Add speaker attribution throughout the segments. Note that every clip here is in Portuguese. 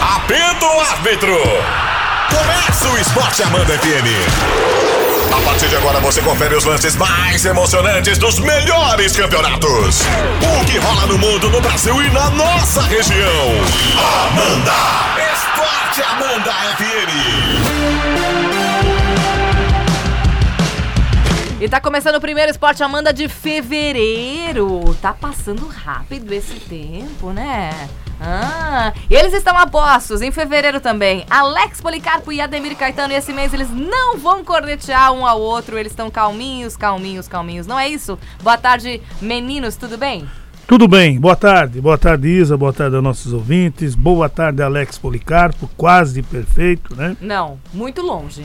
Speaker 1: Apito árbitro! Começa o Esporte Amanda FM. A partir de agora você confere os lances mais emocionantes dos melhores campeonatos. O que rola no mundo, no Brasil e na nossa região. Amanda! Esporte Amanda FM.
Speaker 2: E tá começando o primeiro Esporte Amanda de fevereiro. Tá passando rápido esse tempo, né? Ah, e eles estão a postos em fevereiro também. Alex Policarpo e Ademir Caetano. E esse mês eles não vão cornetear um ao outro. Eles estão calminhos, calminhos, calminhos. Não é isso? Boa tarde, meninos. Tudo bem?
Speaker 3: Tudo bem, boa tarde. Boa tarde, Isa. Boa tarde aos nossos ouvintes. Boa tarde, Alex Policarpo. Quase perfeito, né?
Speaker 2: Não, muito longe.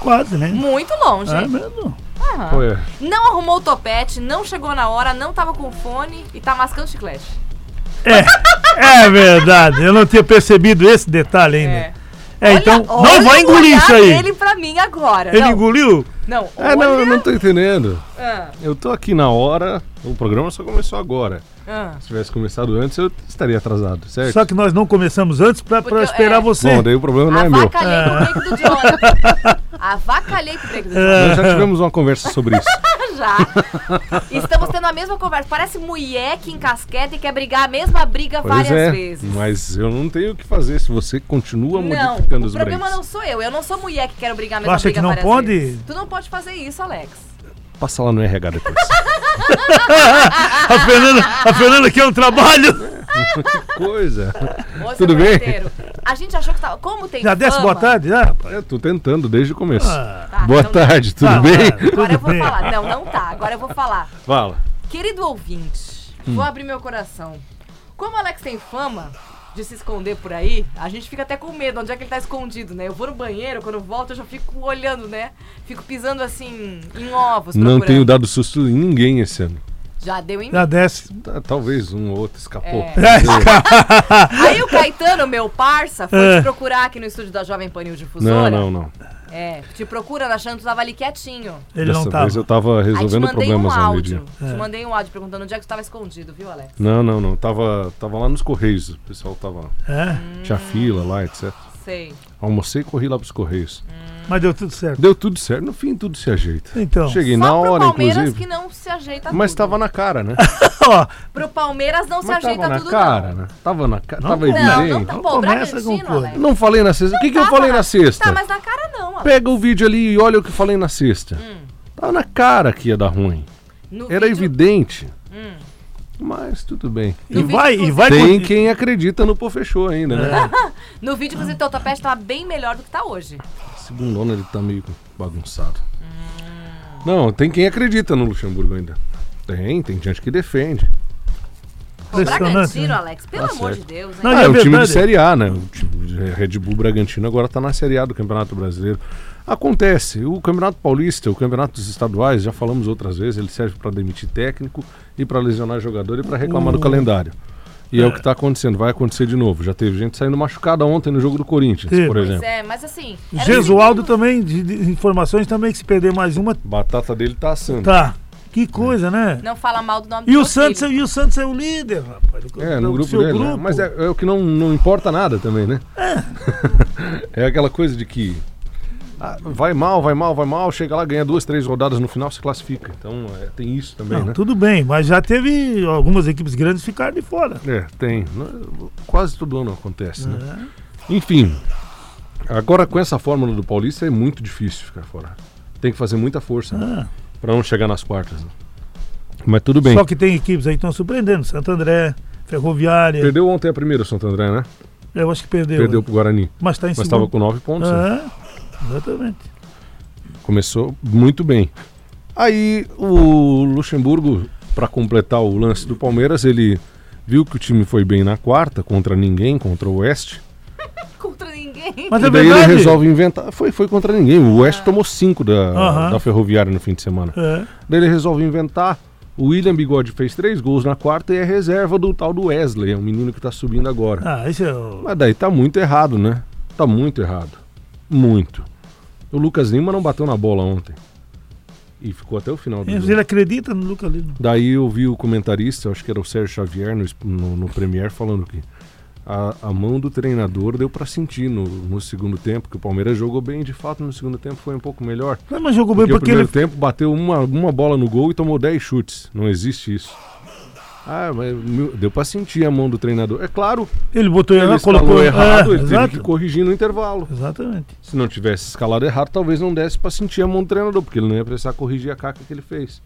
Speaker 3: Quase, né?
Speaker 2: Muito longe. É mesmo? Uhum. Não arrumou o topete, não chegou na hora, não tava com fone e tá mascando chiclete.
Speaker 3: É, é verdade. Eu não tinha percebido esse detalhe ainda. É. é olha, então, olha não vai engolir isso aí.
Speaker 2: ele pra mim agora.
Speaker 3: Ele não. engoliu?
Speaker 2: Não.
Speaker 4: É, não, eu não tô entendendo. Ah. Eu tô aqui na hora, o programa só começou agora. Ah. Se tivesse começado antes, eu estaria atrasado, certo?
Speaker 3: Só que nós não começamos antes pra, Porque pra esperar eu, é. você.
Speaker 4: Bom, daí o problema não
Speaker 2: Avacalhei
Speaker 4: é meu.
Speaker 2: Avacalhei pro break do Jonathan. Avacalhei pro break do Jonathan.
Speaker 4: Nós já tivemos uma conversa sobre isso.
Speaker 2: já. Estamos tendo a mesma conversa. Parece mulher que encasqueta e quer brigar a mesma briga
Speaker 4: pois
Speaker 2: várias
Speaker 4: é,
Speaker 2: vezes.
Speaker 4: Mas eu não tenho o que fazer se você continua não, modificando os breaks.
Speaker 2: o problema não sou eu. Eu não sou mulher que quero brigar a mesma
Speaker 3: Acha
Speaker 2: briga
Speaker 3: que não
Speaker 2: várias
Speaker 3: pode?
Speaker 2: vezes. Tu não pode fazer isso, Alex
Speaker 4: passa lá no RH depois.
Speaker 3: a, Fernanda, a Fernanda quer um trabalho.
Speaker 4: que coisa. Ô, Tudo bem? Parceiro,
Speaker 2: a gente achou que tava. Como tem.
Speaker 3: Já desce boa tarde? Já?
Speaker 4: Eu tô tentando desde o começo. Ah. Tá, boa então, tarde, tudo tá, bem?
Speaker 2: Agora tudo eu vou bem. falar. Não, não tá. Agora eu vou falar.
Speaker 4: Fala.
Speaker 2: Querido ouvinte, hum. vou abrir meu coração. Como o Alex tem fama, de se esconder por aí, a gente fica até com medo onde é que ele tá escondido, né? Eu vou no banheiro, quando eu volto eu já fico olhando, né? Fico pisando assim em ovos.
Speaker 4: Não procurando. tenho dado susto em ninguém esse ano.
Speaker 2: Já deu em
Speaker 3: Já desce.
Speaker 4: Talvez um ou outro escapou.
Speaker 2: É. É. aí o Caetano, meu parça, foi é. te procurar aqui no estúdio da Jovem Panil Difusora.
Speaker 4: Não, não, não.
Speaker 2: É, te procura achando que tu tava ali quietinho.
Speaker 3: Ele Dessa não tava.
Speaker 4: eu tava resolvendo
Speaker 2: Aí te mandei
Speaker 4: problemas
Speaker 2: um áudio. É. Te mandei um áudio perguntando onde é que tu tava escondido, viu, Alex?
Speaker 4: Não, não, não. Tava, tava lá nos Correios. O pessoal tava.
Speaker 3: É?
Speaker 2: Hum.
Speaker 4: Tinha fila lá, etc.
Speaker 2: Sei.
Speaker 4: Almocei e corri lá pros Correios. Hum.
Speaker 3: Mas deu tudo certo.
Speaker 4: Deu tudo certo. No fim, tudo se ajeita.
Speaker 3: Então.
Speaker 4: Cheguei na hora,
Speaker 2: Palmeiras
Speaker 4: inclusive.
Speaker 2: que não se ajeita
Speaker 4: Mas
Speaker 2: tudo.
Speaker 4: tava na cara, né?
Speaker 2: pro Palmeiras não
Speaker 4: Mas
Speaker 2: se ajeita
Speaker 4: tava
Speaker 2: tudo,
Speaker 4: na cara,
Speaker 2: não.
Speaker 4: né? Tava na cara.
Speaker 3: Não,
Speaker 4: Tava
Speaker 3: não,
Speaker 2: Não,
Speaker 4: evidente.
Speaker 2: não tá bom.
Speaker 3: começa com
Speaker 2: Bragantino,
Speaker 3: coisa.
Speaker 2: Alex.
Speaker 4: Não falei na sexta. O que, que eu
Speaker 2: tava
Speaker 4: falei
Speaker 2: na-
Speaker 4: na sexta?
Speaker 2: Tá, mas na cara não, Alex.
Speaker 4: Pega o vídeo ali e olha o que eu falei na sexta. Tava na cara que ia dar ruim.
Speaker 2: No
Speaker 4: Era
Speaker 2: Hum. vídeo- Hum.
Speaker 4: evidente. Mas tudo bem.
Speaker 3: E vai, e vai
Speaker 4: Tem
Speaker 3: com-
Speaker 4: quem acredita no Pô Fechou ainda, né?
Speaker 2: No vídeo, inclusive, teu topete tava bem melhor do que tá hoje.
Speaker 4: Segundo ano ele tá meio bagunçado. Não, tem quem acredita no Luxemburgo ainda. Tem, tem gente que defende.
Speaker 2: O
Speaker 3: Impressionante,
Speaker 2: Bragantino,
Speaker 3: né?
Speaker 2: Alex, pelo
Speaker 4: Tá
Speaker 2: amor de
Speaker 4: certo.
Speaker 2: Deus, hein?
Speaker 3: Não,
Speaker 4: Ah,
Speaker 3: e
Speaker 4: é
Speaker 3: a
Speaker 4: o time de
Speaker 3: verdade-
Speaker 4: Série A, né? O time de Red Bull Bragantino agora tá na Série A do Campeonato Brasileiro. Acontece, o Campeonato Paulista, o Campeonato dos Estaduais, já falamos outras vezes, ele serve para demitir técnico e para lesionar jogador e para reclamar do calendário. E Hum. é. o que tá acontecendo, vai acontecer de novo. Já teve gente saindo machucada ontem no jogo do Corinthians,
Speaker 3: Sim.
Speaker 4: por
Speaker 3: Pois
Speaker 4: exemplo.
Speaker 2: Mas é, mas assim. era o
Speaker 3: Gesualdo
Speaker 2: segundo-
Speaker 3: também, de, de informações também, que se perder mais uma,
Speaker 4: Batata dele tá assando.
Speaker 3: tá. Que coisa, né?
Speaker 2: Não fala mal do nome do
Speaker 3: E o,
Speaker 2: teu
Speaker 3: Santos, é-
Speaker 2: filho.
Speaker 3: e o Santos é o líder, rapaz. do-
Speaker 4: É,
Speaker 3: do-
Speaker 4: no
Speaker 3: do
Speaker 4: grupo
Speaker 3: seu
Speaker 4: dele. né? Mas é, é o que não, não importa nada também, né? É. aquela coisa de que ah, vai mal, vai mal, vai mal, chega lá, ganha duas, três rodadas no final, se classifica. Então é, tem isso também,
Speaker 3: Não,
Speaker 4: né?
Speaker 3: tudo bem, mas já teve algumas equipes grandes ficaram de fora.
Speaker 4: É, tem. Não- Quase todo ano acontece, né?
Speaker 3: É.
Speaker 4: Enfim, agora com essa fórmula do Paulista é muito difícil ficar fora. Tem que fazer muita força né? pra não chegar nas quartas. né? Mas tudo bem.
Speaker 3: Ah. Só que tem equipes aí que estão surpreendendo. Santo André, Ferroviária.
Speaker 4: Perdeu ontem a primeira, o Santo André, né?
Speaker 3: Eu acho que perdeu.
Speaker 4: Perdeu pro Guarani.
Speaker 3: Mas está em
Speaker 4: Mas
Speaker 3: segundo.
Speaker 4: estava com nove pontos. né?
Speaker 3: Ah, exatamente.
Speaker 4: Começou muito bem. Aí o Luxemburgo, para completar o lance do Palmeiras, ele viu que o time foi bem na quarta, contra ninguém, contra o Oeste.
Speaker 2: Contra ninguém.
Speaker 3: Mas
Speaker 4: E
Speaker 3: é
Speaker 4: daí
Speaker 3: verdade. Ah.
Speaker 4: ele resolve inventar. Foi, foi contra ninguém. O Oeste tomou cinco da,
Speaker 3: Aham.
Speaker 4: da Ferroviária no fim de semana.
Speaker 3: É.
Speaker 4: Daí ele resolve inventar. O William Bigode fez três gols na quarta e é reserva do tal do Wesley, é um menino que tá subindo agora.
Speaker 3: Ah, esse é o.
Speaker 4: Mas daí tá muito errado, né? Tá muito errado. Muito. O Lucas Lima não bateu na bola ontem. E ficou até o final do
Speaker 3: Ele
Speaker 4: jogo.
Speaker 3: acredita no Lucas Lima.
Speaker 4: Daí eu vi o comentarista, acho que era o Sérgio Xavier, no, es- no, no Premier, falando que a, a mão do treinador deu pra sentir no, no segundo tempo, que o Palmeiras jogou bem, de fato, no segundo tempo foi um pouco melhor.
Speaker 3: Não, mas jogou bem
Speaker 4: Porque o
Speaker 3: porque
Speaker 4: primeiro
Speaker 3: ele.
Speaker 4: tempo bateu uma, uma bola no gol e tomou 10 chutes. Não existe isso. Ah, mas meu, deu pra sentir a mão do treinador. É claro,
Speaker 3: Ele botou
Speaker 4: ele
Speaker 3: ele lá,
Speaker 4: escalou
Speaker 3: colocou
Speaker 4: errado,
Speaker 3: É,
Speaker 4: ele teve
Speaker 3: exato.
Speaker 4: que corrigir no intervalo.
Speaker 3: Exatamente.
Speaker 4: Se não tivesse escalado errado, talvez não desse pra sentir a mão do treinador, porque ele não ia precisar corrigir a caca que ele fez.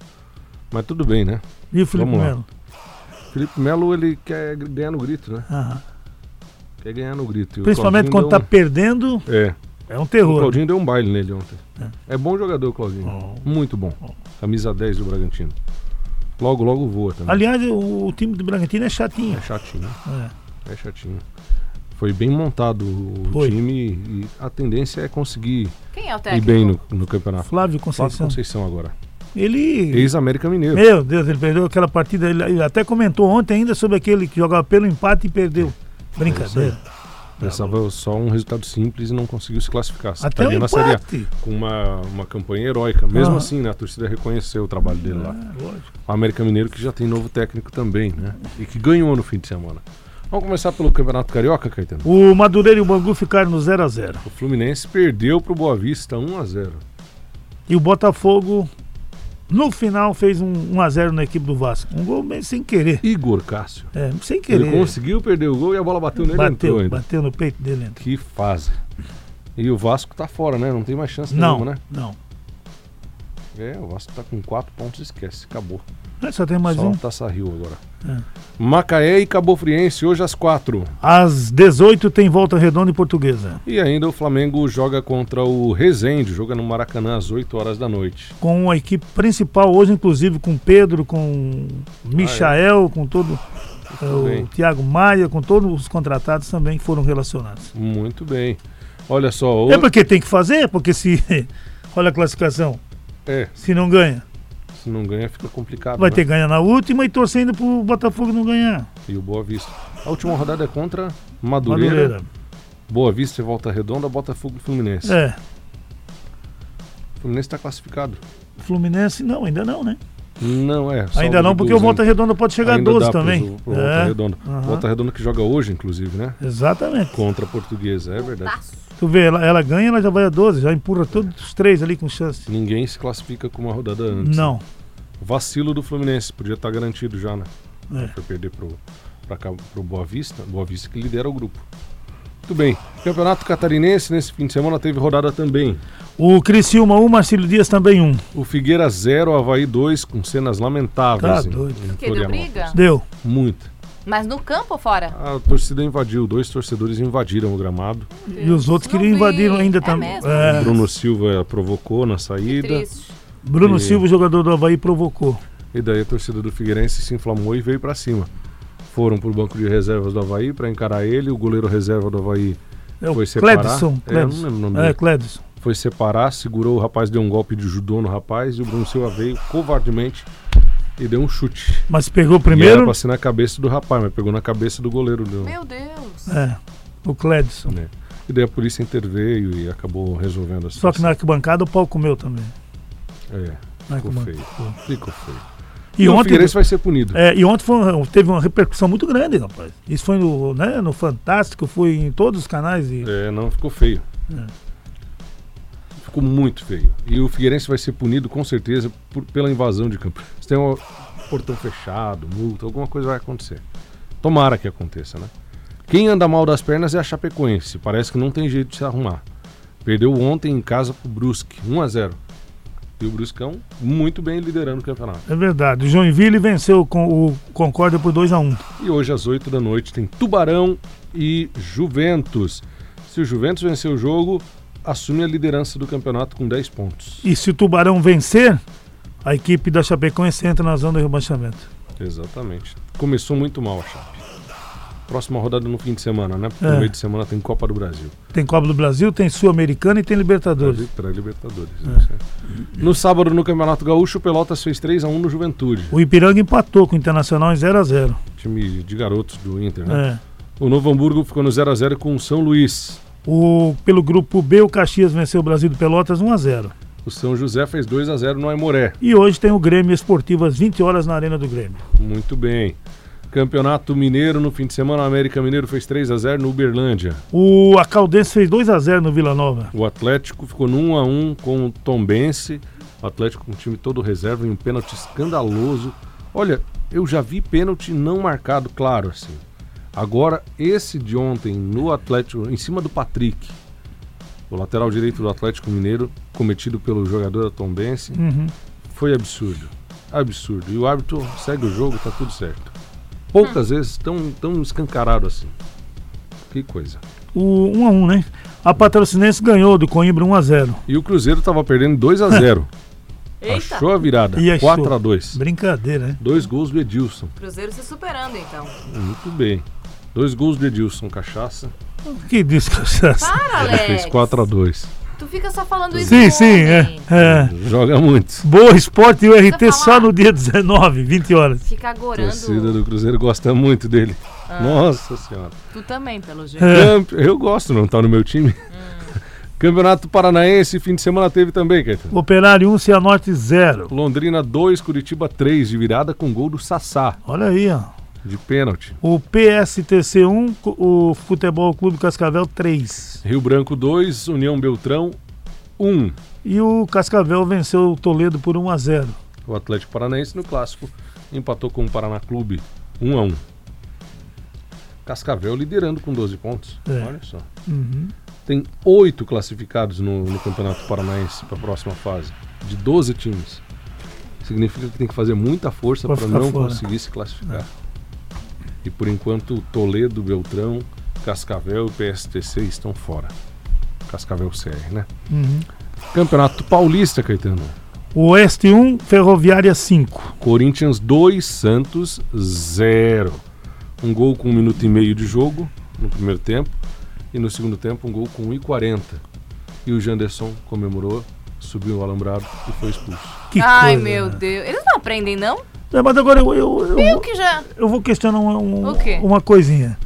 Speaker 4: Mas tudo bem, né?
Speaker 3: E o Felipe
Speaker 4: Vamos lá.
Speaker 3: Melo?
Speaker 4: Felipe Melo, ele quer gr- ganhar no grito, né?
Speaker 3: Aham.
Speaker 4: Quer ganhar no grito. E o
Speaker 3: Principalmente quando
Speaker 4: Claudinho
Speaker 3: tá
Speaker 4: deu
Speaker 3: perdendo,
Speaker 4: um- É,
Speaker 3: é um
Speaker 4: o
Speaker 3: terror.
Speaker 4: Claudinho deu um baile nele ontem. É bom jogador, Claudinho.
Speaker 3: Bom.
Speaker 4: Muito bom. Camisa 10 do Bragantino. Logo, logo voa também.
Speaker 3: Aliás, o, o time do Bragantino é chatinho.
Speaker 4: É chatinho.
Speaker 3: É.
Speaker 4: É chatinho. Foi bem montado o
Speaker 3: Foi.
Speaker 4: time e a tendência é conseguir
Speaker 2: Quem é o
Speaker 4: ir
Speaker 2: técnico?
Speaker 4: bem no, no campeonato.
Speaker 3: Flávio
Speaker 4: Flávio
Speaker 3: Conceição.
Speaker 4: Conceição agora.
Speaker 3: Ele.
Speaker 4: Ex-América Mineiro.
Speaker 3: Meu Deus, ele perdeu aquela partida. Ele, ele até comentou ontem ainda sobre aquele que jogava pelo empate e perdeu. Brincadeira.
Speaker 4: Pensava só um resultado simples e não conseguiu se classificar.
Speaker 3: Até o
Speaker 4: Estaria na Série A.
Speaker 3: empate.
Speaker 4: Com uma, uma campanha heróica. Mesmo
Speaker 3: Aham.
Speaker 4: assim, né, a torcida reconheceu o trabalho dele lá.
Speaker 3: É, lógico.
Speaker 4: O América Mineiro que já tem novo técnico também, né? E que ganhou no fim de semana. Vamos começar pelo Campeonato Carioca, Caetano?
Speaker 3: O Madureira e o Bangu ficaram no 0 a 0
Speaker 4: O Fluminense perdeu pro Boa Vista 1 a 0
Speaker 3: E o Botafogo, no final, fez um 1x0 na equipe do Vasco. Um gol bem sem querer.
Speaker 4: Igor Cássio.
Speaker 3: É, sem
Speaker 4: Ele
Speaker 3: querer.
Speaker 4: conseguiu perder o gol e a bola bateu nele e entrou
Speaker 3: bateu,
Speaker 4: ainda.
Speaker 3: bateu no peito dele. entrou.
Speaker 4: Que fase. E o Vasco tá fora, né? Não tem mais chance
Speaker 3: Não,
Speaker 4: nenhuma, né?
Speaker 3: não.
Speaker 4: É, o Vasco tá com 4 pontos, esquece, acabou.
Speaker 3: Mas Só tem mais
Speaker 4: Só
Speaker 3: um.
Speaker 4: o Taça Rio agora.
Speaker 3: É.
Speaker 4: Macaé e Cabo Friense hoje às 4.
Speaker 3: Às 18 tem volta redonda e portuguesa.
Speaker 4: E ainda o Flamengo joga contra o Rezende, joga no Maracanã às 8 horas da noite.
Speaker 3: Com a equipe principal hoje, inclusive com Pedro, com Michael, com todo. é,
Speaker 4: bem.
Speaker 3: o Thiago Maia, com todos os contratados também que foram relacionados.
Speaker 4: Muito bem. Olha só, o...
Speaker 3: É porque tem que fazer, porque se. Olha a classificação.
Speaker 4: é,
Speaker 3: Se não ganha,
Speaker 4: se não ganha fica complicado.
Speaker 3: vai
Speaker 4: né?
Speaker 3: ter que ganhar na última e torcendo pro Botafogo não ganhar.
Speaker 4: E o Boa Vista. A última rodada é contra Madureira.
Speaker 3: Madureira.
Speaker 4: Boa Vista e Volta Redonda, Botafogo e Fluminense.
Speaker 3: É.
Speaker 4: O Fluminense tá classificado.
Speaker 3: Fluminense não, ainda não, né?
Speaker 4: Não é. saldo
Speaker 3: ainda
Speaker 4: de
Speaker 3: não, porque o
Speaker 4: gols
Speaker 3: Volta
Speaker 4: ainda.
Speaker 3: Redonda pode chegar
Speaker 4: Ainda
Speaker 3: a 12
Speaker 4: dá pro-
Speaker 3: também.
Speaker 4: pro Volta
Speaker 3: é,
Speaker 4: Redonda.
Speaker 3: aham.
Speaker 4: Volta Redonda que joga hoje, inclusive, né?
Speaker 3: exatamente.
Speaker 4: Contra a Portuguesa, é verdade.
Speaker 3: Tu vê, ela, ela ganha, ela já vai a 12, já empurra todos os três ali com chance.
Speaker 4: Ninguém se classifica com uma rodada antes.
Speaker 3: Não.
Speaker 4: Vacilo do Fluminense, podia estar garantido já, né?
Speaker 3: É.
Speaker 4: Foi perder pro, pra cá, pro Boa Vista. Boa Vista que lidera o grupo. Muito bem. Campeonato Catarinense, nesse fim de semana, teve rodada também.
Speaker 3: O Criciúma 1, um, Marcílio Dias também 1. Um.
Speaker 4: O Figueira 0, Havaí 2, com cenas lamentáveis.
Speaker 3: Tá
Speaker 4: em-
Speaker 3: doido.
Speaker 2: Que
Speaker 4: em
Speaker 2: deu
Speaker 4: Florianópolis.
Speaker 2: briga?
Speaker 3: Deu.
Speaker 4: Muito.
Speaker 2: Mas no campo ou fora?
Speaker 4: A torcida invadiu, dois torcedores invadiram o gramado.
Speaker 3: E os outros
Speaker 2: Não
Speaker 3: queriam
Speaker 2: vi.
Speaker 3: invadir ainda
Speaker 2: É
Speaker 3: também.
Speaker 2: mesmo?
Speaker 3: É,
Speaker 4: Bruno Silva provocou na
Speaker 2: Que
Speaker 4: saída.
Speaker 2: triste.
Speaker 3: Bruno
Speaker 4: E-
Speaker 3: Silva, jogador do Havaí, provocou.
Speaker 4: E daí a torcida do Figueirense se inflamou e veio pra cima. Foram pro banco de reservas do Havaí pra encarar ele. O goleiro reserva do Havaí
Speaker 3: É o
Speaker 4: Foi separar?
Speaker 3: Cledson.
Speaker 4: É, eu não lembro o nome dele.
Speaker 3: É, Cledson.
Speaker 4: foi separar, segurou o rapaz, deu um golpe de judô no rapaz. E o Bruno Silva veio covardemente e deu um chute.
Speaker 3: Mas pegou
Speaker 4: E era
Speaker 3: primeiro.
Speaker 4: pra ser na cabeça do rapaz, mas pegou na cabeça do goleiro. Do...
Speaker 2: Meu Deus.
Speaker 3: É, o Cledson.
Speaker 4: né? E daí a polícia interveio e acabou resolvendo
Speaker 3: Só
Speaker 4: a
Speaker 3: que
Speaker 4: situação.
Speaker 3: na arquibancada o pau comeu também.
Speaker 4: É,
Speaker 3: Na
Speaker 4: ficou
Speaker 3: arquibancada.
Speaker 4: feio. Ficou feio.
Speaker 3: E
Speaker 4: o
Speaker 3: ontem,
Speaker 4: Figueirense vai ser punido.
Speaker 3: é, e ontem foi um- teve uma repercussão muito grande, rapaz. Isso foi no, né, no Fantástico, foi em todos os canais. E,
Speaker 4: É, não, ficou feio. Ficou muito feio. E o Figueirense vai ser punido com certeza por- pela invasão de campo. Se tem um portão fechado, multa, alguma coisa vai acontecer. Tomara que aconteça, né? Quem anda mal das pernas é a Chapecoense. Parece que não tem jeito de se arrumar. Perdeu ontem em casa pro Brusque, 1 a 0. E o Bruscão muito bem liderando o campeonato.
Speaker 3: É verdade. O Joinville venceu com o Concórdia por 2 a 1
Speaker 4: E hoje às 8 da noite tem Tubarão e Juventus. Se o Juventus vencer o jogo, assume a liderança do campeonato com 10 pontos.
Speaker 3: E se o Tubarão vencer, a equipe da Chapecoense entra na zona de rebaixamento.
Speaker 4: Exatamente. Começou muito mal a Chape. Próxima rodada no fim de semana, né? Porque
Speaker 3: É.
Speaker 4: No meio de semana tem Copa do Brasil.
Speaker 3: Tem Copa do Brasil, tem Sul-Americana e tem Libertadores.
Speaker 4: Para Libertadores.
Speaker 3: É.
Speaker 4: né? No sábado, no Campeonato Gaúcho, o Pelotas fez 3x1 no Juventude.
Speaker 3: O Ipiranga empatou com o Internacional em 0 a 0
Speaker 4: Time de garotos do Inter, né?
Speaker 3: É.
Speaker 4: O Novo Hamburgo ficou no 0x0 com o São Luís.
Speaker 3: O, pelo grupo B, o Caxias venceu o Brasil do Pelotas 1 a 0
Speaker 4: O São José fez 2x0 no Aimoré.
Speaker 3: E hoje tem o Grêmio Esportivo às 20 horas na Arena do Grêmio.
Speaker 4: Muito bem. Campeonato Mineiro, no fim de semana, o América Mineiro fez 3 a 0 no Uberlândia.
Speaker 3: O, a Caldense fez 2x0 no Vila Nova.
Speaker 4: O Atlético ficou no 1 a 1 com o Tombense. O Atlético com o time todo reserva em um pênalti escandaloso. Olha, eu já vi pênalti não marcado, claro assim. Agora esse de ontem no Atlético, em cima do Patrick, o lateral direito do Atlético Mineiro, cometido pelo jogador da Tombense,
Speaker 3: Uhum.
Speaker 4: foi absurdo. Absurdo. E o árbitro segue o jogo, tá tudo certo. Poucas vezes tão, tão escancarado assim. Que coisa.
Speaker 3: O 1x1, né? A Patrocinense ganhou do Coimbra 1x0.
Speaker 4: E o Cruzeiro tava perdendo 2 a 0
Speaker 2: Eita,
Speaker 4: Achou a virada.
Speaker 3: E é achou.
Speaker 4: 4 a 2
Speaker 3: Brincadeira, né?
Speaker 4: Dois gols do Edilson.
Speaker 2: Cruzeiro se superando então.
Speaker 4: Muito bem. Dois gols do Edilson Cachaça.
Speaker 3: Que descansaço.
Speaker 2: Para,
Speaker 4: Ele
Speaker 2: Alex.
Speaker 4: fez 4 a 2
Speaker 2: Tu fica só falando isso.
Speaker 3: Sim,
Speaker 2: do
Speaker 3: sim,
Speaker 2: homem.
Speaker 3: é. é.
Speaker 4: Joga muito.
Speaker 3: Boa Esporte e URT
Speaker 2: falar.
Speaker 3: só no dia 19, 20 horas.
Speaker 2: Fica
Speaker 4: A torcida
Speaker 2: agorando.
Speaker 4: do Cruzeiro gosta muito dele. Nossa Senhora.
Speaker 2: Tu também, pelo jeito.
Speaker 3: É.
Speaker 4: Campe- Eu gosto, não tá no meu time. Campeonato Paranaense, fim de semana teve também, Caetano.
Speaker 3: Operário 1, Cianorte 0.
Speaker 4: Londrina 2, Curitiba 3, de virada com gol do Sassá,
Speaker 3: Olha aí, ó.
Speaker 4: de pênalti.
Speaker 3: O PSTC 1, co- o Futebol Clube Cascavel 3.
Speaker 4: Rio Branco 2, União Beltrão 1.
Speaker 3: E o Cascavel venceu o Toledo por 1 a 0.
Speaker 4: O Atlético Paranaense no clássico empatou com o Paraná Clube 1 a 1. Cascavel liderando com 12 pontos.
Speaker 3: É.
Speaker 4: Olha só.
Speaker 3: Uhum.
Speaker 4: Tem oito classificados no, no Campeonato Paranaense para a próxima fase, de 12 times. Significa que tem que fazer muita força
Speaker 3: Pra
Speaker 4: para
Speaker 3: ficar
Speaker 4: não
Speaker 3: fora. É.
Speaker 4: conseguir se classificar. E por enquanto, Toledo, Beltrão, Cascavel e PSTC estão fora. Cascavel CR, né?
Speaker 3: Uhum.
Speaker 4: Campeonato Paulista, Caetano.
Speaker 3: Oeste 1, Ferroviária 5.
Speaker 4: Corinthians 2, Santos 0. Um gol com um minuto e meio de jogo no primeiro tempo. E no segundo tempo, um gol com 1,40. E o Janderson comemorou, subiu o alambrado e foi expulso.
Speaker 3: Que
Speaker 2: Ai,
Speaker 3: coisa,
Speaker 2: meu
Speaker 3: né?
Speaker 2: Deus. Eles não aprendem, não?
Speaker 3: É, mas agora eu, eu, eu,
Speaker 2: Eu
Speaker 3: eu,
Speaker 2: que já.
Speaker 3: vou questionar um- um-
Speaker 2: O quê?
Speaker 3: uma coisinha.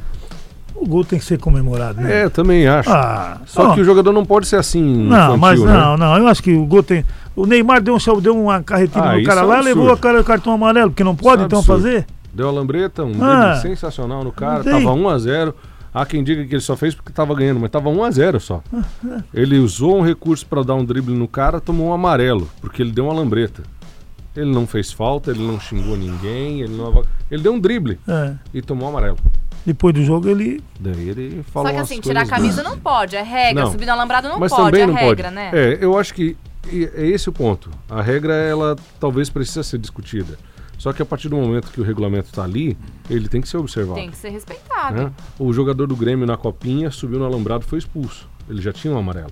Speaker 3: O gol tem que ser comemorado, né?
Speaker 4: É, também acho.
Speaker 3: Ah,
Speaker 4: Só
Speaker 3: ó,
Speaker 4: que o jogador não pode ser assim
Speaker 3: Não,
Speaker 4: infantil,
Speaker 3: mas
Speaker 4: né?
Speaker 3: não, não. Eu acho que o gol tem. O Neymar deu, um, chal- deu uma carretilha
Speaker 4: Ah,
Speaker 3: no
Speaker 4: isso
Speaker 3: cara
Speaker 4: é um
Speaker 3: lá,
Speaker 4: absurdo.
Speaker 3: levou o cara o cartão amarelo, porque não pode
Speaker 4: Isso é um
Speaker 3: então
Speaker 4: absurdo.
Speaker 3: fazer.
Speaker 4: Deu a lambreta, um
Speaker 3: Ah,
Speaker 4: drible sensacional no cara.
Speaker 3: tem.
Speaker 4: Tava 1x0. Há quem diga que ele só fez porque tava ganhando, mas tava 1x0 só. Ele usou um recurso para dar um drible no cara, tomou um amarelo, porque ele deu uma lambreta. Ele não fez falta, ele não xingou ninguém, ele não ava- Ele deu um drible
Speaker 3: É.
Speaker 4: e tomou um amarelo.
Speaker 3: Depois do jogo ele.
Speaker 4: Daí ele falou.
Speaker 2: Só que
Speaker 4: umas
Speaker 2: assim, tirar a
Speaker 4: coisas
Speaker 2: camisa
Speaker 4: do-
Speaker 2: não pode, é regra.
Speaker 4: Não.
Speaker 2: Subir no alambrado não
Speaker 4: Mas
Speaker 2: pode,
Speaker 4: também
Speaker 2: é
Speaker 4: não
Speaker 2: regra,
Speaker 4: pode.
Speaker 2: né?
Speaker 4: É, eu acho que e- é esse o ponto. A regra, ela talvez precisa ser discutida. Só que a partir do momento que o regulamento está ali, ele tem que ser observado.
Speaker 2: Tem que ser respeitado.
Speaker 4: né? O jogador do Grêmio na copinha subiu no alambrado e foi expulso. Ele já tinha um amarelo.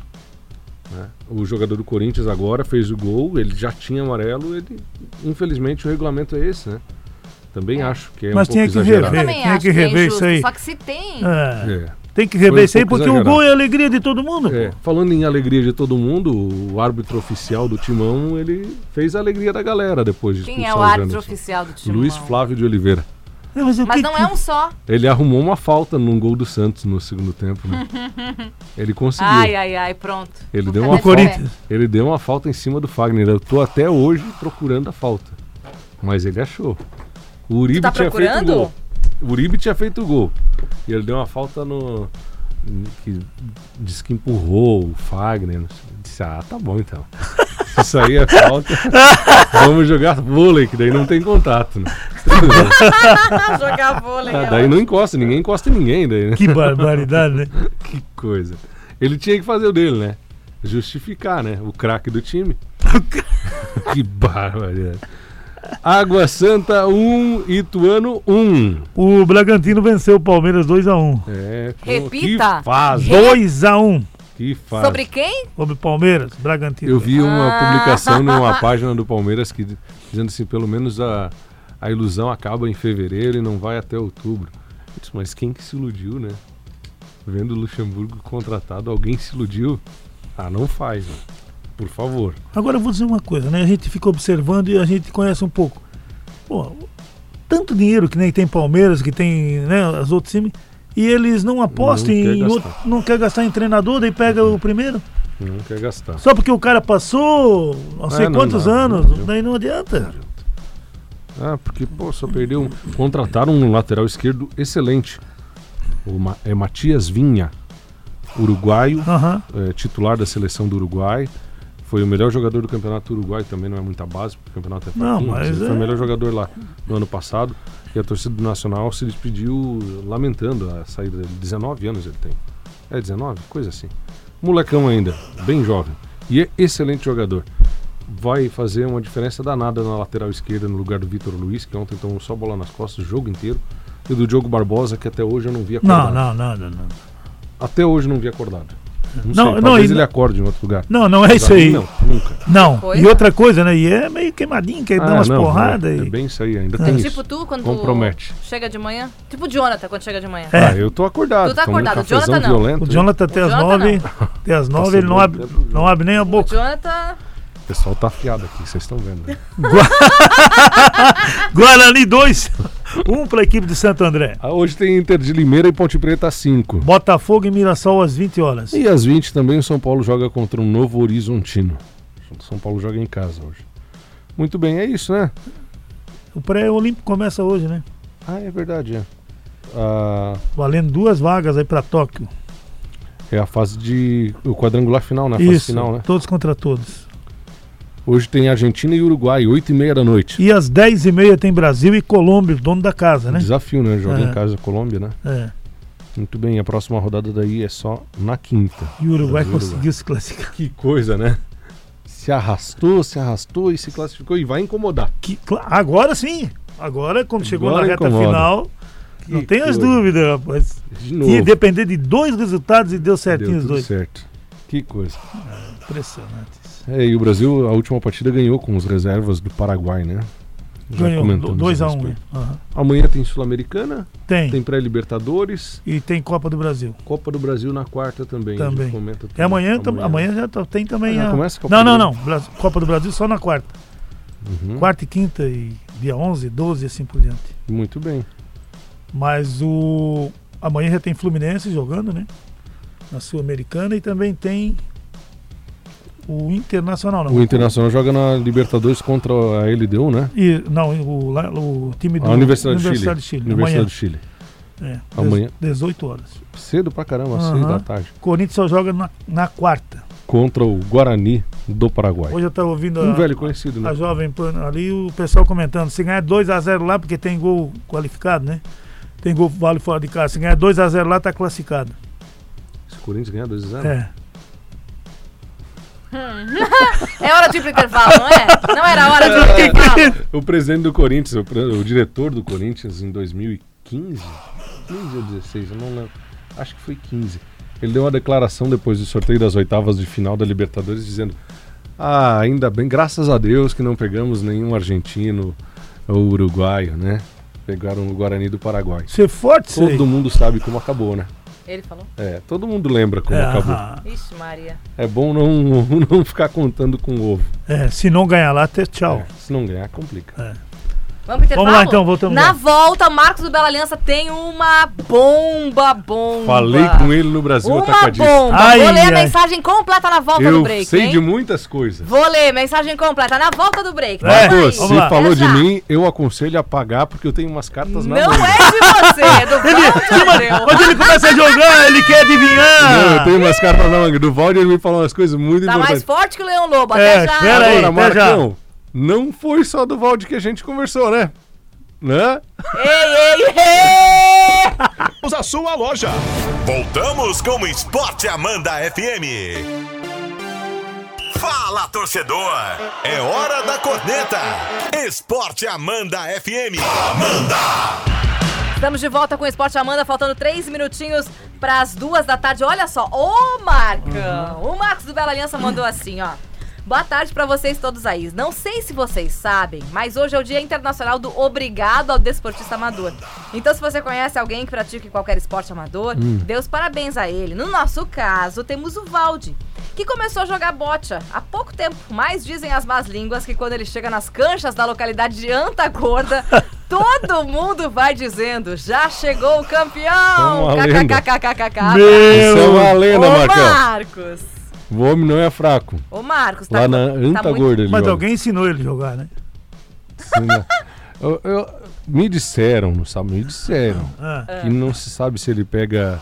Speaker 4: né? O jogador do Corinthians agora fez o gol, ele já tinha amarelo, ele infelizmente o regulamento é esse, né? Também acho que é
Speaker 3: Mas
Speaker 4: um
Speaker 3: tinha
Speaker 4: pouco
Speaker 3: que
Speaker 4: exagerado.
Speaker 3: rever.
Speaker 2: Também
Speaker 3: Tem
Speaker 2: acho
Speaker 3: que rever
Speaker 2: injusto.
Speaker 3: isso aí.
Speaker 2: Só que se tem.
Speaker 3: é,
Speaker 4: É,
Speaker 3: Tem que rever
Speaker 4: um
Speaker 3: isso aí,
Speaker 4: pouco
Speaker 3: porque o
Speaker 4: exagerado.
Speaker 3: gol é a alegria de todo mundo.
Speaker 4: é. Falando em alegria de todo mundo, o árbitro oficial do Timão, ele fez a alegria da galera depois de
Speaker 2: Quem
Speaker 4: expulsar
Speaker 2: é o
Speaker 4: o
Speaker 2: árbitro
Speaker 4: Janderson.
Speaker 2: oficial do time?
Speaker 4: Luiz Flávio de Oliveira.
Speaker 3: É, mas o
Speaker 2: Mas
Speaker 3: que
Speaker 2: não
Speaker 3: que-
Speaker 2: é um só.
Speaker 4: Ele arrumou uma falta num gol do Santos no segundo tempo, né? Ele conseguiu.
Speaker 2: Ai, ai, ai, pronto.
Speaker 4: Ele
Speaker 2: Vou
Speaker 4: deu
Speaker 2: ficar
Speaker 4: uma
Speaker 2: de
Speaker 3: Corinthians.
Speaker 4: Ele deu uma falta em cima do Fagner. Eu tô até hoje procurando a falta. Mas ele achou. O Uribe
Speaker 2: tá
Speaker 4: tinha
Speaker 2: procurando?
Speaker 4: feito o gol. O Uribe tinha feito o gol. E ele deu uma falta no. Que disse que empurrou o Fagner. não sei. Eu Disse, ah, tá bom então. Se isso aí é falta, vamos jogar vôlei, que daí não tem contato. Né?
Speaker 2: Ah, jogar vôlei.
Speaker 4: Ah,
Speaker 2: ela.
Speaker 4: daí não encosta, ninguém encosta em ninguém. Daí, né?
Speaker 3: Que barbaridade, né?
Speaker 4: Que coisa. Ele tinha que fazer o dele, né? Justificar, né? O craque do time. que barbaridade. Água Santa 1, Ituano 1.
Speaker 3: O Bragantino venceu o Palmeiras 2x1.
Speaker 4: É, com-
Speaker 2: Repita.
Speaker 4: Que faz,
Speaker 2: Re-
Speaker 3: 2x1
Speaker 4: que faz.
Speaker 2: Sobre quem?
Speaker 3: sobre o Palmeiras, Bragantino.
Speaker 4: Eu vi uma
Speaker 2: Ah.
Speaker 4: publicação numa página do Palmeiras que dizendo assim, pelo menos a, a ilusão acaba em fevereiro e não vai até outubro. Eu disse, mas quem que se iludiu, né? Vendo o Luxemburgo contratado, alguém se iludiu? Ah, não faz, né? Por favor.
Speaker 3: Agora eu vou dizer uma coisa, né? A gente fica observando e a gente conhece um pouco. Pô, tanto dinheiro que nem tem Palmeiras, que tem né, os outros times, e eles não apostam
Speaker 4: Não quer
Speaker 3: em
Speaker 4: gastar.
Speaker 3: outro, não quer gastar em treinador, daí pega o primeiro.
Speaker 4: Não quer gastar.
Speaker 3: Só porque o cara passou não sei
Speaker 4: É, não
Speaker 3: quantos
Speaker 4: dá, não
Speaker 3: anos,
Speaker 4: dá.
Speaker 3: daí não adianta.
Speaker 4: Ah, porque, pô, só perdeu. um- Contrataram um lateral esquerdo excelente. O Ma- é Matias Vinha, uruguaio,
Speaker 3: Aham.
Speaker 4: é, titular da seleção do Uruguai. Foi o melhor jogador do campeonato uruguai, também não é muita base, porque o campeonato é
Speaker 3: Não,
Speaker 4: fraquinho,
Speaker 3: mas
Speaker 4: ele foi
Speaker 3: é-
Speaker 4: o melhor jogador lá no ano passado. E a torcida do Nacional se despediu lamentando a saída dele. 19 anos ele tem. É 19? Coisa assim. Molecão ainda, bem jovem. E é excelente jogador. Vai fazer uma diferença danada na lateral esquerda, no lugar do Vitor Luiz, que ontem tomou só bola nas costas o jogo inteiro. E do Diogo Barbosa, que até hoje eu não vi acordado.
Speaker 3: Não, não, não, não, não.
Speaker 4: Até hoje eu não vi acordado. Não,
Speaker 3: Não,
Speaker 4: sei,
Speaker 3: não,
Speaker 4: talvez
Speaker 3: e-
Speaker 4: ele acorde em outro lugar.
Speaker 3: Não, não é isso aí.
Speaker 4: Não, nunca.
Speaker 3: Não.
Speaker 2: Coisa.
Speaker 3: E outra coisa, né? E é meio queimadinho, quer dar
Speaker 4: Ah,
Speaker 3: umas
Speaker 4: não,
Speaker 3: porradas.
Speaker 4: É,
Speaker 3: e-
Speaker 4: é bem isso aí, ainda
Speaker 2: É
Speaker 4: tem
Speaker 2: tipo
Speaker 4: isso.
Speaker 2: tu quando
Speaker 4: Compromete.
Speaker 2: chega de manhã? Tipo o Jonathan quando chega de manhã.
Speaker 3: É.
Speaker 4: Ah, eu tô acordado.
Speaker 2: Tu tá
Speaker 4: tomando um
Speaker 2: acordado, o
Speaker 4: cafezão
Speaker 2: Jonathan não.
Speaker 4: violento,
Speaker 3: O Jonathan até
Speaker 2: O
Speaker 3: as
Speaker 2: Jonathan
Speaker 3: nove. Até
Speaker 4: Tá
Speaker 3: as nove ele não
Speaker 4: bom
Speaker 3: abre,
Speaker 4: tempo,
Speaker 3: não abre nem a
Speaker 2: O
Speaker 3: boca.
Speaker 2: Jonathan.
Speaker 4: O pessoal tá afiado aqui, vocês estão vendo. né?
Speaker 3: Guarani 2, 1 para a equipe de Santo André.
Speaker 4: Ah, hoje tem Inter de Limeira e Ponte Preta às 5.
Speaker 3: Botafogo e Mirassol às 20 horas.
Speaker 4: E às 20 também o São Paulo joga contra o Novo Horizontino. O São Paulo joga em casa hoje. Muito bem, é isso, né?
Speaker 3: O pré-olímpico começa hoje, né?
Speaker 4: Ah, é verdade, é. Ah,
Speaker 3: Valendo duas vagas aí para Tóquio.
Speaker 4: é a fase de. O quadrangular final, né? A fase
Speaker 3: Isso,
Speaker 4: final, né?
Speaker 3: todos contra todos.
Speaker 4: Hoje tem Argentina e Uruguai, 8h30 da noite.
Speaker 3: E às 10h30 tem Brasil e Colômbia, dono da casa, né?
Speaker 4: Desafio, né? Joga
Speaker 3: É.
Speaker 4: em casa Colômbia, né?
Speaker 3: É.
Speaker 4: Muito bem, a próxima rodada daí é só na quinta.
Speaker 3: E o Uruguai
Speaker 4: Brasil,
Speaker 3: conseguiu se classificar.
Speaker 4: Que coisa, né? Se arrastou, se arrastou e se classificou e vai incomodar.
Speaker 3: Que- cla- agora sim! Agora, quando chegou
Speaker 4: Agora
Speaker 3: na reta
Speaker 4: incomoda.
Speaker 3: final, não
Speaker 4: Que
Speaker 3: tem as
Speaker 4: coisa.
Speaker 3: dúvidas, rapaz.
Speaker 4: De novo.
Speaker 3: Ia depender de dois resultados e deu certinho
Speaker 4: Deu
Speaker 3: os
Speaker 4: tudo
Speaker 3: dois.
Speaker 4: certo. Que coisa.
Speaker 3: Impressionante. isso.
Speaker 4: É, e o Brasil, a última partida ganhou com os reservas do Paraguai, né? Já
Speaker 3: Ganhou
Speaker 4: comentamos
Speaker 3: 2x1. Um, né?
Speaker 4: respeito.
Speaker 3: Aham.
Speaker 4: Amanhã tem Sul-Americana,
Speaker 3: Tem.
Speaker 4: tem pré-Libertadores,
Speaker 3: E tem Copa do Brasil.
Speaker 4: Copa do Brasil na quarta também. a gente
Speaker 3: Também.
Speaker 4: comenta tudo
Speaker 3: É amanhã, tam- amanhã, já tá- tem também.
Speaker 4: Ah, já
Speaker 3: a...
Speaker 4: começa a Copa
Speaker 3: não,
Speaker 4: do
Speaker 3: não, não.
Speaker 4: Brasil?
Speaker 3: Bras- Copa do Brasil só na quarta.
Speaker 4: Uhum.
Speaker 3: Quarta e quinta, e dia 11, 12 e assim por diante.
Speaker 4: Muito bem.
Speaker 3: Tá Mas o. Amanhã já tem Fluminense jogando, né? Na Sul-Americana e também tem o Internacional, não.
Speaker 4: O Internacional joga na Libertadores contra a LDU, né?
Speaker 3: E, não, o, lá- o time do
Speaker 4: A Universidade,
Speaker 3: Universidade
Speaker 4: do Chile. Universidade do Chile.
Speaker 3: Amanhã. É,
Speaker 4: Amanhã.
Speaker 3: 18 horas.
Speaker 4: Cedo pra caramba, às seis
Speaker 3: Aham.
Speaker 4: da tarde.
Speaker 3: Corinthians só joga na, na quarta.
Speaker 4: Contra o Guarani do Paraguai.
Speaker 3: Hoje eu estava ouvindo
Speaker 4: Um
Speaker 3: a,
Speaker 4: velho conhecido, né?
Speaker 3: ah, a Jovem Pan ali, o pessoal comentando, se ganhar 2x0 lá, porque tem gol qualificado, né? Tem gol vale fora de casa. Se ganhar 2x0 lá, tá classificado.
Speaker 4: Se o Corinthians ganhar 2x0.
Speaker 3: É.
Speaker 2: É hora de ir pro intervalo, não é? Não era hora de ir pro intervalo.
Speaker 4: O presidente do Corinthians, o, pre- o diretor do Corinthians em 2015, 15 ou 16, eu não lembro. Acho que foi 15. Ele deu uma declaração depois do sorteio das oitavas de final da Libertadores dizendo: "Ah, ainda bem, graças a Deus que não pegamos nenhum argentino ou uruguaio, né? Pegaram o Guarani do Paraguai."
Speaker 3: Ser forte, sei.
Speaker 4: Todo mundo sabe como acabou, né?
Speaker 2: Ele falou.
Speaker 4: É, todo mundo lembra como
Speaker 3: é,
Speaker 4: acabou.
Speaker 3: aham.
Speaker 2: Ixi, Maria.
Speaker 4: É bom não, não ficar contando com ovo.
Speaker 3: É, se não ganhar lá, até tchau.
Speaker 4: É, se não ganhar, complica.
Speaker 2: Vamos pro intervalo?
Speaker 3: Vamos lá, então, voltamos
Speaker 2: Na
Speaker 3: lá.
Speaker 2: volta, Marcos do Bela Aliança tem uma bomba, bomba.
Speaker 4: Falei com ele no Brasil
Speaker 2: Uma
Speaker 4: atacadista.
Speaker 2: bomba. Vou
Speaker 3: Ai,
Speaker 2: ler a
Speaker 3: ai.
Speaker 2: mensagem completa na volta do
Speaker 4: Eu
Speaker 2: break,
Speaker 4: sei
Speaker 2: hein?
Speaker 4: de um- muitas coisas.
Speaker 2: Vou ler mensagem completa na volta do break.
Speaker 3: É,
Speaker 2: Vamos aí.
Speaker 4: Marcos,
Speaker 3: vamos
Speaker 4: se
Speaker 3: lá.
Speaker 4: falou de
Speaker 2: Essa-
Speaker 4: mim, eu aconselho a pagar porque eu tenho umas cartas na
Speaker 2: Não
Speaker 4: manga.
Speaker 2: é de você, é do Valdir
Speaker 3: Quando ele começa a jogar, ele quer
Speaker 4: Não,
Speaker 3: adivinhar.
Speaker 4: eu tenho umas cartas na manga. Do Valdir ele me falou umas coisas muito
Speaker 2: Tá mais
Speaker 4: importantes.
Speaker 2: forte que o Leão Lobo,
Speaker 3: É,
Speaker 2: até já.
Speaker 3: pera aí.
Speaker 4: Agora,
Speaker 3: até já.
Speaker 4: Marcão, não foi só do Valdir que a gente conversou, né? Né?
Speaker 2: Ei, ei, ei!
Speaker 1: Vamos à sua loja. Voltamos com o Esporte Amanda FM. Fala, torcedor. É hora da corneta. Esporte Amanda FM. Amanda.
Speaker 2: Estamos de volta com o Esporte Amanda, faltando três minutinhos para as duas da tarde. Olha só, ô Marcão! O Marcos do Bela Aliança mandou assim, ó. Boa tarde para vocês todos aí. Não sei se vocês sabem, mas hoje é o Dia Internacional do Obrigado ao Desportista Amador. Então, se você conhece alguém que pratique qualquer esporte amador, dê os parabéns a ele. No nosso caso, temos o Valde, que começou a jogar bocha há pouco tempo. Mas dizem as más línguas que quando ele chega nas canchas da localidade de Antagorda, Todo mundo vai dizendo, já chegou o campeão!
Speaker 4: É uma lenda.
Speaker 2: KKKKKKK.
Speaker 4: Isso é uma
Speaker 3: Meu.
Speaker 4: lenda,
Speaker 2: Ô,
Speaker 4: Marcão.
Speaker 2: Marcos!
Speaker 4: O homem não é fraco.
Speaker 2: Ô, Marcos, tá,
Speaker 4: Lá na
Speaker 2: tá muito...
Speaker 4: Antagorda ele
Speaker 3: Mas
Speaker 4: joga.
Speaker 3: alguém ensinou ele a jogar, né?
Speaker 4: Sim, né? Eu- eu- me disseram, não sabe? Me disseram
Speaker 3: Ah,
Speaker 4: que não se sabe se ele pega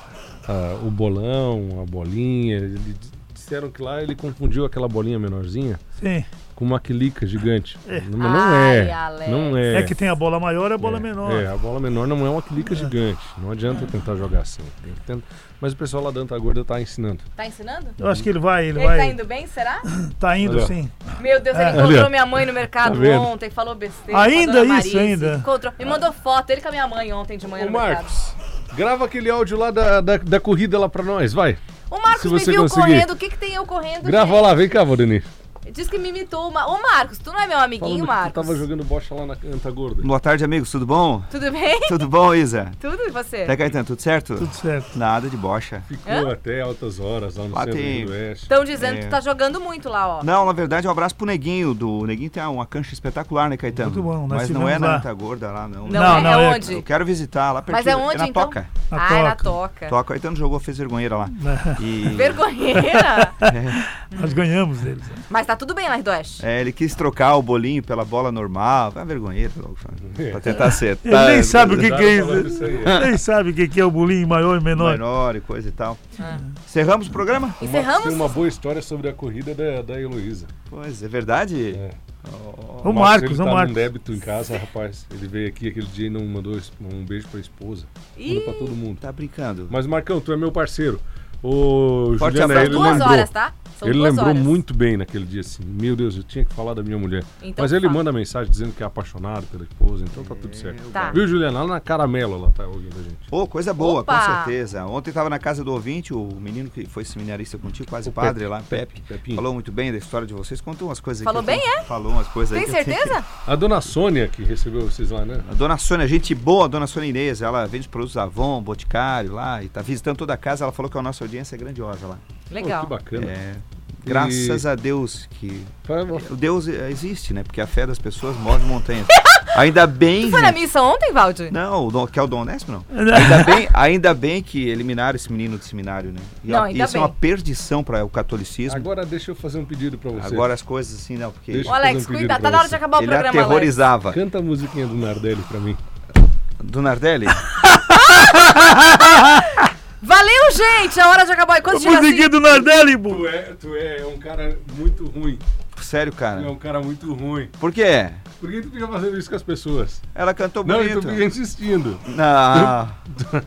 Speaker 4: ah, o bolão, a bolinha. Ele, disseram que lá ele confundiu aquela bolinha menorzinha
Speaker 3: sim.
Speaker 4: com uma quilica gigante. Não, não
Speaker 2: Ai,
Speaker 4: é.
Speaker 2: Alex.
Speaker 4: Não é.
Speaker 3: É. que tem a bola maior e a bola
Speaker 4: É,
Speaker 3: menor.
Speaker 4: É, a bola menor não é uma quilica gigante. Não adianta tentar jogar assim. Tem que tentar- Mas o pessoal lá da Anta Gorda tá ensinando.
Speaker 2: Tá ensinando?
Speaker 3: Eu acho que ele vai, ele
Speaker 2: Ele
Speaker 3: vai.
Speaker 2: tá indo bem, será?
Speaker 3: tá indo,
Speaker 4: Olha.
Speaker 3: sim.
Speaker 2: Meu Deus, ele
Speaker 3: É.
Speaker 2: encontrou
Speaker 4: Ali, ó.
Speaker 2: minha mãe no mercado
Speaker 4: Tá vendo?
Speaker 2: ontem, falou besteira.
Speaker 3: Ainda
Speaker 2: com a dona
Speaker 3: isso, ainda.
Speaker 2: Encontrou, me mandou foto, ele com a minha mãe ontem de manhã
Speaker 4: Ô
Speaker 2: no
Speaker 4: Marcos, grava aquele áudio lá da, da, da corrida lá pra nós, vai.
Speaker 2: mercado. O Marcos
Speaker 4: se
Speaker 2: me
Speaker 4: você
Speaker 2: viu
Speaker 4: conseguir.
Speaker 2: correndo, o que que tem eu correndo?
Speaker 4: Grava lá, vem cá, Valdenir.
Speaker 2: gente? Diz que me imitou. Uma... Ô Marcos, tu não é meu amiguinho,
Speaker 4: Falando que tu
Speaker 2: Marcos?
Speaker 4: tava jogando bocha lá na Anta Gorda.
Speaker 5: Boa tarde, amigos. Tudo bom?
Speaker 2: Tudo bem?
Speaker 5: Tudo bom, Isa?
Speaker 2: Tudo e você?
Speaker 5: Até Caetano, tudo certo?
Speaker 3: Tudo certo.
Speaker 5: Nada de bocha.
Speaker 4: Ficou
Speaker 2: Hã?
Speaker 4: até altas horas lá no
Speaker 3: Ah,
Speaker 5: Lá
Speaker 4: centro
Speaker 5: tem-
Speaker 4: do Oeste.
Speaker 2: Estão dizendo que
Speaker 5: É.
Speaker 2: tu tá jogando muito lá, ó.
Speaker 5: Não, na verdade, um abraço pro Neguinho. Do... O Neguinho tem uma cancha espetacular, né, Caetano?
Speaker 3: Muito bom, nós
Speaker 5: Mas não é
Speaker 3: tivemos lá.
Speaker 5: na Anta Gorda lá, não.
Speaker 2: Não,
Speaker 5: né?
Speaker 3: Não,
Speaker 2: é,
Speaker 3: não,
Speaker 2: é
Speaker 3: é-
Speaker 2: onde?
Speaker 5: Eu quero visitar lá pertinho.
Speaker 2: Mas é onde,
Speaker 5: na
Speaker 2: então?
Speaker 5: Toca.
Speaker 3: Na
Speaker 2: ah, é na
Speaker 3: toca.
Speaker 2: toca.
Speaker 5: Toca. Caetano jogou, fez vergonheira lá.
Speaker 3: Né.
Speaker 5: E...
Speaker 2: Vergonheira!
Speaker 3: Nós ganhamos deles.
Speaker 2: Mas tá tudo bem lá em Doeste.
Speaker 5: É, ele quis trocar o bolinho pela bola normal. Vai vergonheira, logo,
Speaker 4: É,
Speaker 5: pra tentar acertar. né,
Speaker 3: Ele nem sabe o que, que é
Speaker 4: Falando
Speaker 3: isso.
Speaker 4: isso aí, é.
Speaker 3: Nem sabe o que, que é o bolinho maior e menor.
Speaker 5: menor e coisa e tal.
Speaker 2: Ah.
Speaker 5: Cerramos o programa?
Speaker 4: Uma-
Speaker 2: Encerramos?
Speaker 4: Tem uma boa história sobre a corrida da, da Heloísa.
Speaker 5: Pois, é verdade?
Speaker 4: É.
Speaker 3: O
Speaker 4: ele
Speaker 3: Marcos, é o
Speaker 4: tá num
Speaker 3: Marcos.
Speaker 4: débito em casa, rapaz. Ele veio aqui aquele dia e não mandou es- um beijo pra esposa. Mandou pra todo mundo.
Speaker 5: Tá brincando.
Speaker 4: Mas Marcão, tu é meu parceiro. Ô,
Speaker 5: Forte
Speaker 4: Juliana,
Speaker 5: abraço.
Speaker 4: ele
Speaker 2: duas
Speaker 4: lembrou.
Speaker 2: horas, tá? São
Speaker 4: ele
Speaker 2: duas
Speaker 4: lembrou
Speaker 2: horas.
Speaker 4: muito bem naquele dia assim. Meu Deus, eu tinha que falar da minha mulher.
Speaker 2: Então
Speaker 4: Mas ele
Speaker 2: fala.
Speaker 4: manda mensagem dizendo que é apaixonado pela esposa, então tá tudo certo.
Speaker 2: Tá.
Speaker 4: Viu, Juliana? Lá na caramelo ela tá ouvindo a gente.
Speaker 5: Pô, coisa boa,
Speaker 2: Opa!
Speaker 5: com certeza. Ontem estava na casa do ouvinte, o menino que foi seminarista contigo, quase
Speaker 4: O
Speaker 5: padre
Speaker 4: Pepe,
Speaker 5: lá, Pepe.
Speaker 4: Pepinho.
Speaker 5: Falou muito bem da história de vocês, contou umas coisas aí
Speaker 2: Falou
Speaker 5: que eu
Speaker 2: bem,
Speaker 5: tenho-
Speaker 2: é?
Speaker 5: Falou umas coisas aí.
Speaker 2: Tem
Speaker 5: que eu tenho que-
Speaker 2: certeza?
Speaker 4: A dona Sônia que recebeu vocês lá, né?
Speaker 5: A dona Sônia, gente boa, a dona Sônia Inês, ela vende os produtos Avon, Boticário lá, e tá visitando toda a casa, ela falou que a nossa audiência é grandiosa lá.
Speaker 4: Pô,
Speaker 2: Legal.
Speaker 4: que bacana.
Speaker 5: É, graças a Deus que
Speaker 4: Vai, vai.
Speaker 5: o Deus eh, existe, né? Porque a fé das pessoas move montanhas. Ainda bem.
Speaker 2: Foi na
Speaker 5: gente-
Speaker 2: missa ontem, Valdi?
Speaker 5: Não, o Dom- que é o Dom Onésimo, não. Ainda bem, ainda bem que eliminaram esse menino do seminário, né? E,
Speaker 2: Não,
Speaker 5: ó,
Speaker 2: ainda
Speaker 5: isso é uma
Speaker 2: bem.
Speaker 5: perdição para o catolicismo. Agora,
Speaker 4: Agora deixa eu fazer um pedido pra você.
Speaker 5: as coisas assim, não, porque
Speaker 4: Deixa
Speaker 2: Ô,
Speaker 4: eu fazer um
Speaker 2: Alex,
Speaker 4: pedido
Speaker 2: cuidado.
Speaker 4: pra
Speaker 2: Tá na hora
Speaker 4: você. é
Speaker 2: de acabar o
Speaker 5: ele
Speaker 2: programa, Alex.
Speaker 5: aterrorizava.
Speaker 4: Canta a musiquinha do Nardelli pra mim.
Speaker 5: Do Nardelli?
Speaker 2: Valeu, gente! É hora de acabar. E quando
Speaker 3: O
Speaker 2: tiver assim,
Speaker 3: musiquinho do Nardelli, pô.
Speaker 4: Tu é, tu é, um cara muito ruim.
Speaker 5: Sério,
Speaker 4: Tu é
Speaker 5: cara.
Speaker 4: um cara muito ruim.
Speaker 5: Por quê?
Speaker 4: Por que tu fica fazendo isso com as pessoas?
Speaker 5: Ela cantou
Speaker 4: Não, e
Speaker 5: bonito.
Speaker 4: tu fica insistindo.
Speaker 5: Não. O que,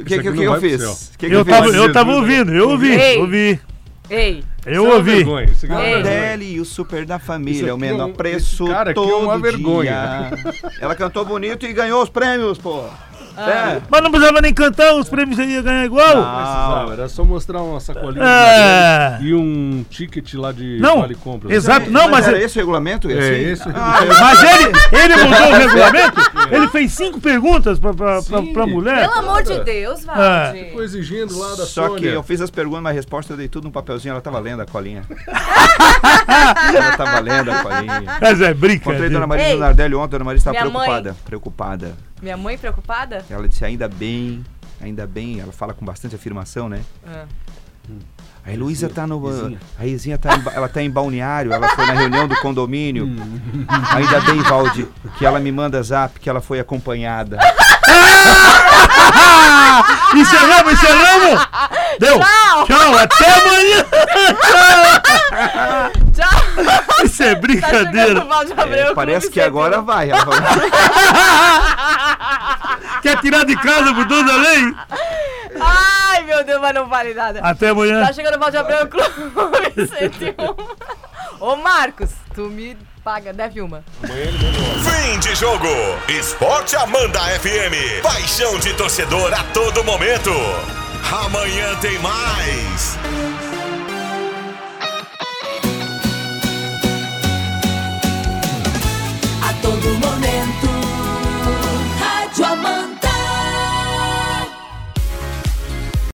Speaker 4: Isso
Speaker 5: que,
Speaker 4: aqui
Speaker 5: que,
Speaker 4: não
Speaker 5: eu
Speaker 4: vai pro
Speaker 5: fiz?
Speaker 4: céu.
Speaker 5: O que, que
Speaker 3: Eu tava, eu
Speaker 4: Jesus,
Speaker 3: tava
Speaker 4: né?
Speaker 3: ouvindo, eu ouvi,
Speaker 2: Ei.
Speaker 3: ouvi.
Speaker 2: Ei,
Speaker 3: Eu
Speaker 4: Isso é uma
Speaker 3: ouvi.
Speaker 4: vergonha, Isso aqui é uma
Speaker 2: Ei.
Speaker 4: vergonha.
Speaker 5: Nardelli e o super da
Speaker 4: Isso
Speaker 5: família, o
Speaker 4: aqui é um-
Speaker 5: menor preço
Speaker 4: esse cara aqui é
Speaker 5: todo
Speaker 4: uma vergonha.
Speaker 5: dia. Ela cantou bonito e ganhou os prêmios, pô.
Speaker 2: Ah.
Speaker 5: É.
Speaker 3: Mas não precisava nem cantar, os prêmios aí ia ganhar
Speaker 5: Ah,
Speaker 4: Ah,
Speaker 3: igual.
Speaker 4: Precisava, era só mostrar uma sacolinha do
Speaker 3: É.
Speaker 4: Nardelli e um ticket lá de
Speaker 3: Não,
Speaker 4: vale né? compras.
Speaker 3: exato, não, mas,
Speaker 5: era
Speaker 3: ele-
Speaker 5: esse Ah, o regulamento?
Speaker 4: É, esse
Speaker 3: mas ele, ele mudou o regulamento? Ele fez cinco perguntas pra, pra, pra,
Speaker 4: Sim.
Speaker 3: pra mulher.
Speaker 2: pelo amor
Speaker 4: É.
Speaker 2: de Deus, Valdi.
Speaker 4: Ficou exigindo lá da
Speaker 5: Só que
Speaker 4: Sônia.
Speaker 5: eu fiz as perguntas, mas a resposta eu dei tudo no papelzinho, ela tava lendo a colinha. ela tava lendo a colinha.
Speaker 3: Mas é, brinca.
Speaker 5: Encontrei Dona Maria
Speaker 2: Ei,
Speaker 5: do Nardelli ontem, Dona Maria estava
Speaker 2: minha mãe.
Speaker 5: preocupada. Preocupada.
Speaker 2: Minha mãe preocupada?
Speaker 5: Ela disse, ainda bem, ainda bem, ela fala com bastante afirmação, né? Hum.
Speaker 2: Ah.
Speaker 5: A Heloísa tá no.
Speaker 4: Izinha.
Speaker 5: A Izinha tá em, ba- ela tá em balneário, ela foi na reunião do condomínio. Ainda bem, Valde, que ela me manda zap, que ela foi acompanhada.
Speaker 3: Encerramos, encerramos! é Deu!
Speaker 2: Ah, Tchau.
Speaker 3: Tchau, até amanhã!
Speaker 2: Tchau!
Speaker 3: Isso é
Speaker 2: Tá chegando
Speaker 3: brincadeira!
Speaker 2: o Valdi Abreu.
Speaker 5: É,
Speaker 2: Clube um.
Speaker 5: parece que
Speaker 2: CB.
Speaker 5: agora vai. Ela falou.
Speaker 3: Quer tirar de casa por toda a lei?
Speaker 2: Ai, meu Deus, mas não vale nada.
Speaker 5: Ah.
Speaker 3: Até amanhã!
Speaker 2: Tá chegando o Valde Abreu Clube 101. Ô, Marcos, tu me paga, deve uma.
Speaker 1: Fim de jogo. Esporte Amanda FM. Paixão de torcedor a todo momento. Amanhã tem mais.
Speaker 6: a todo momento.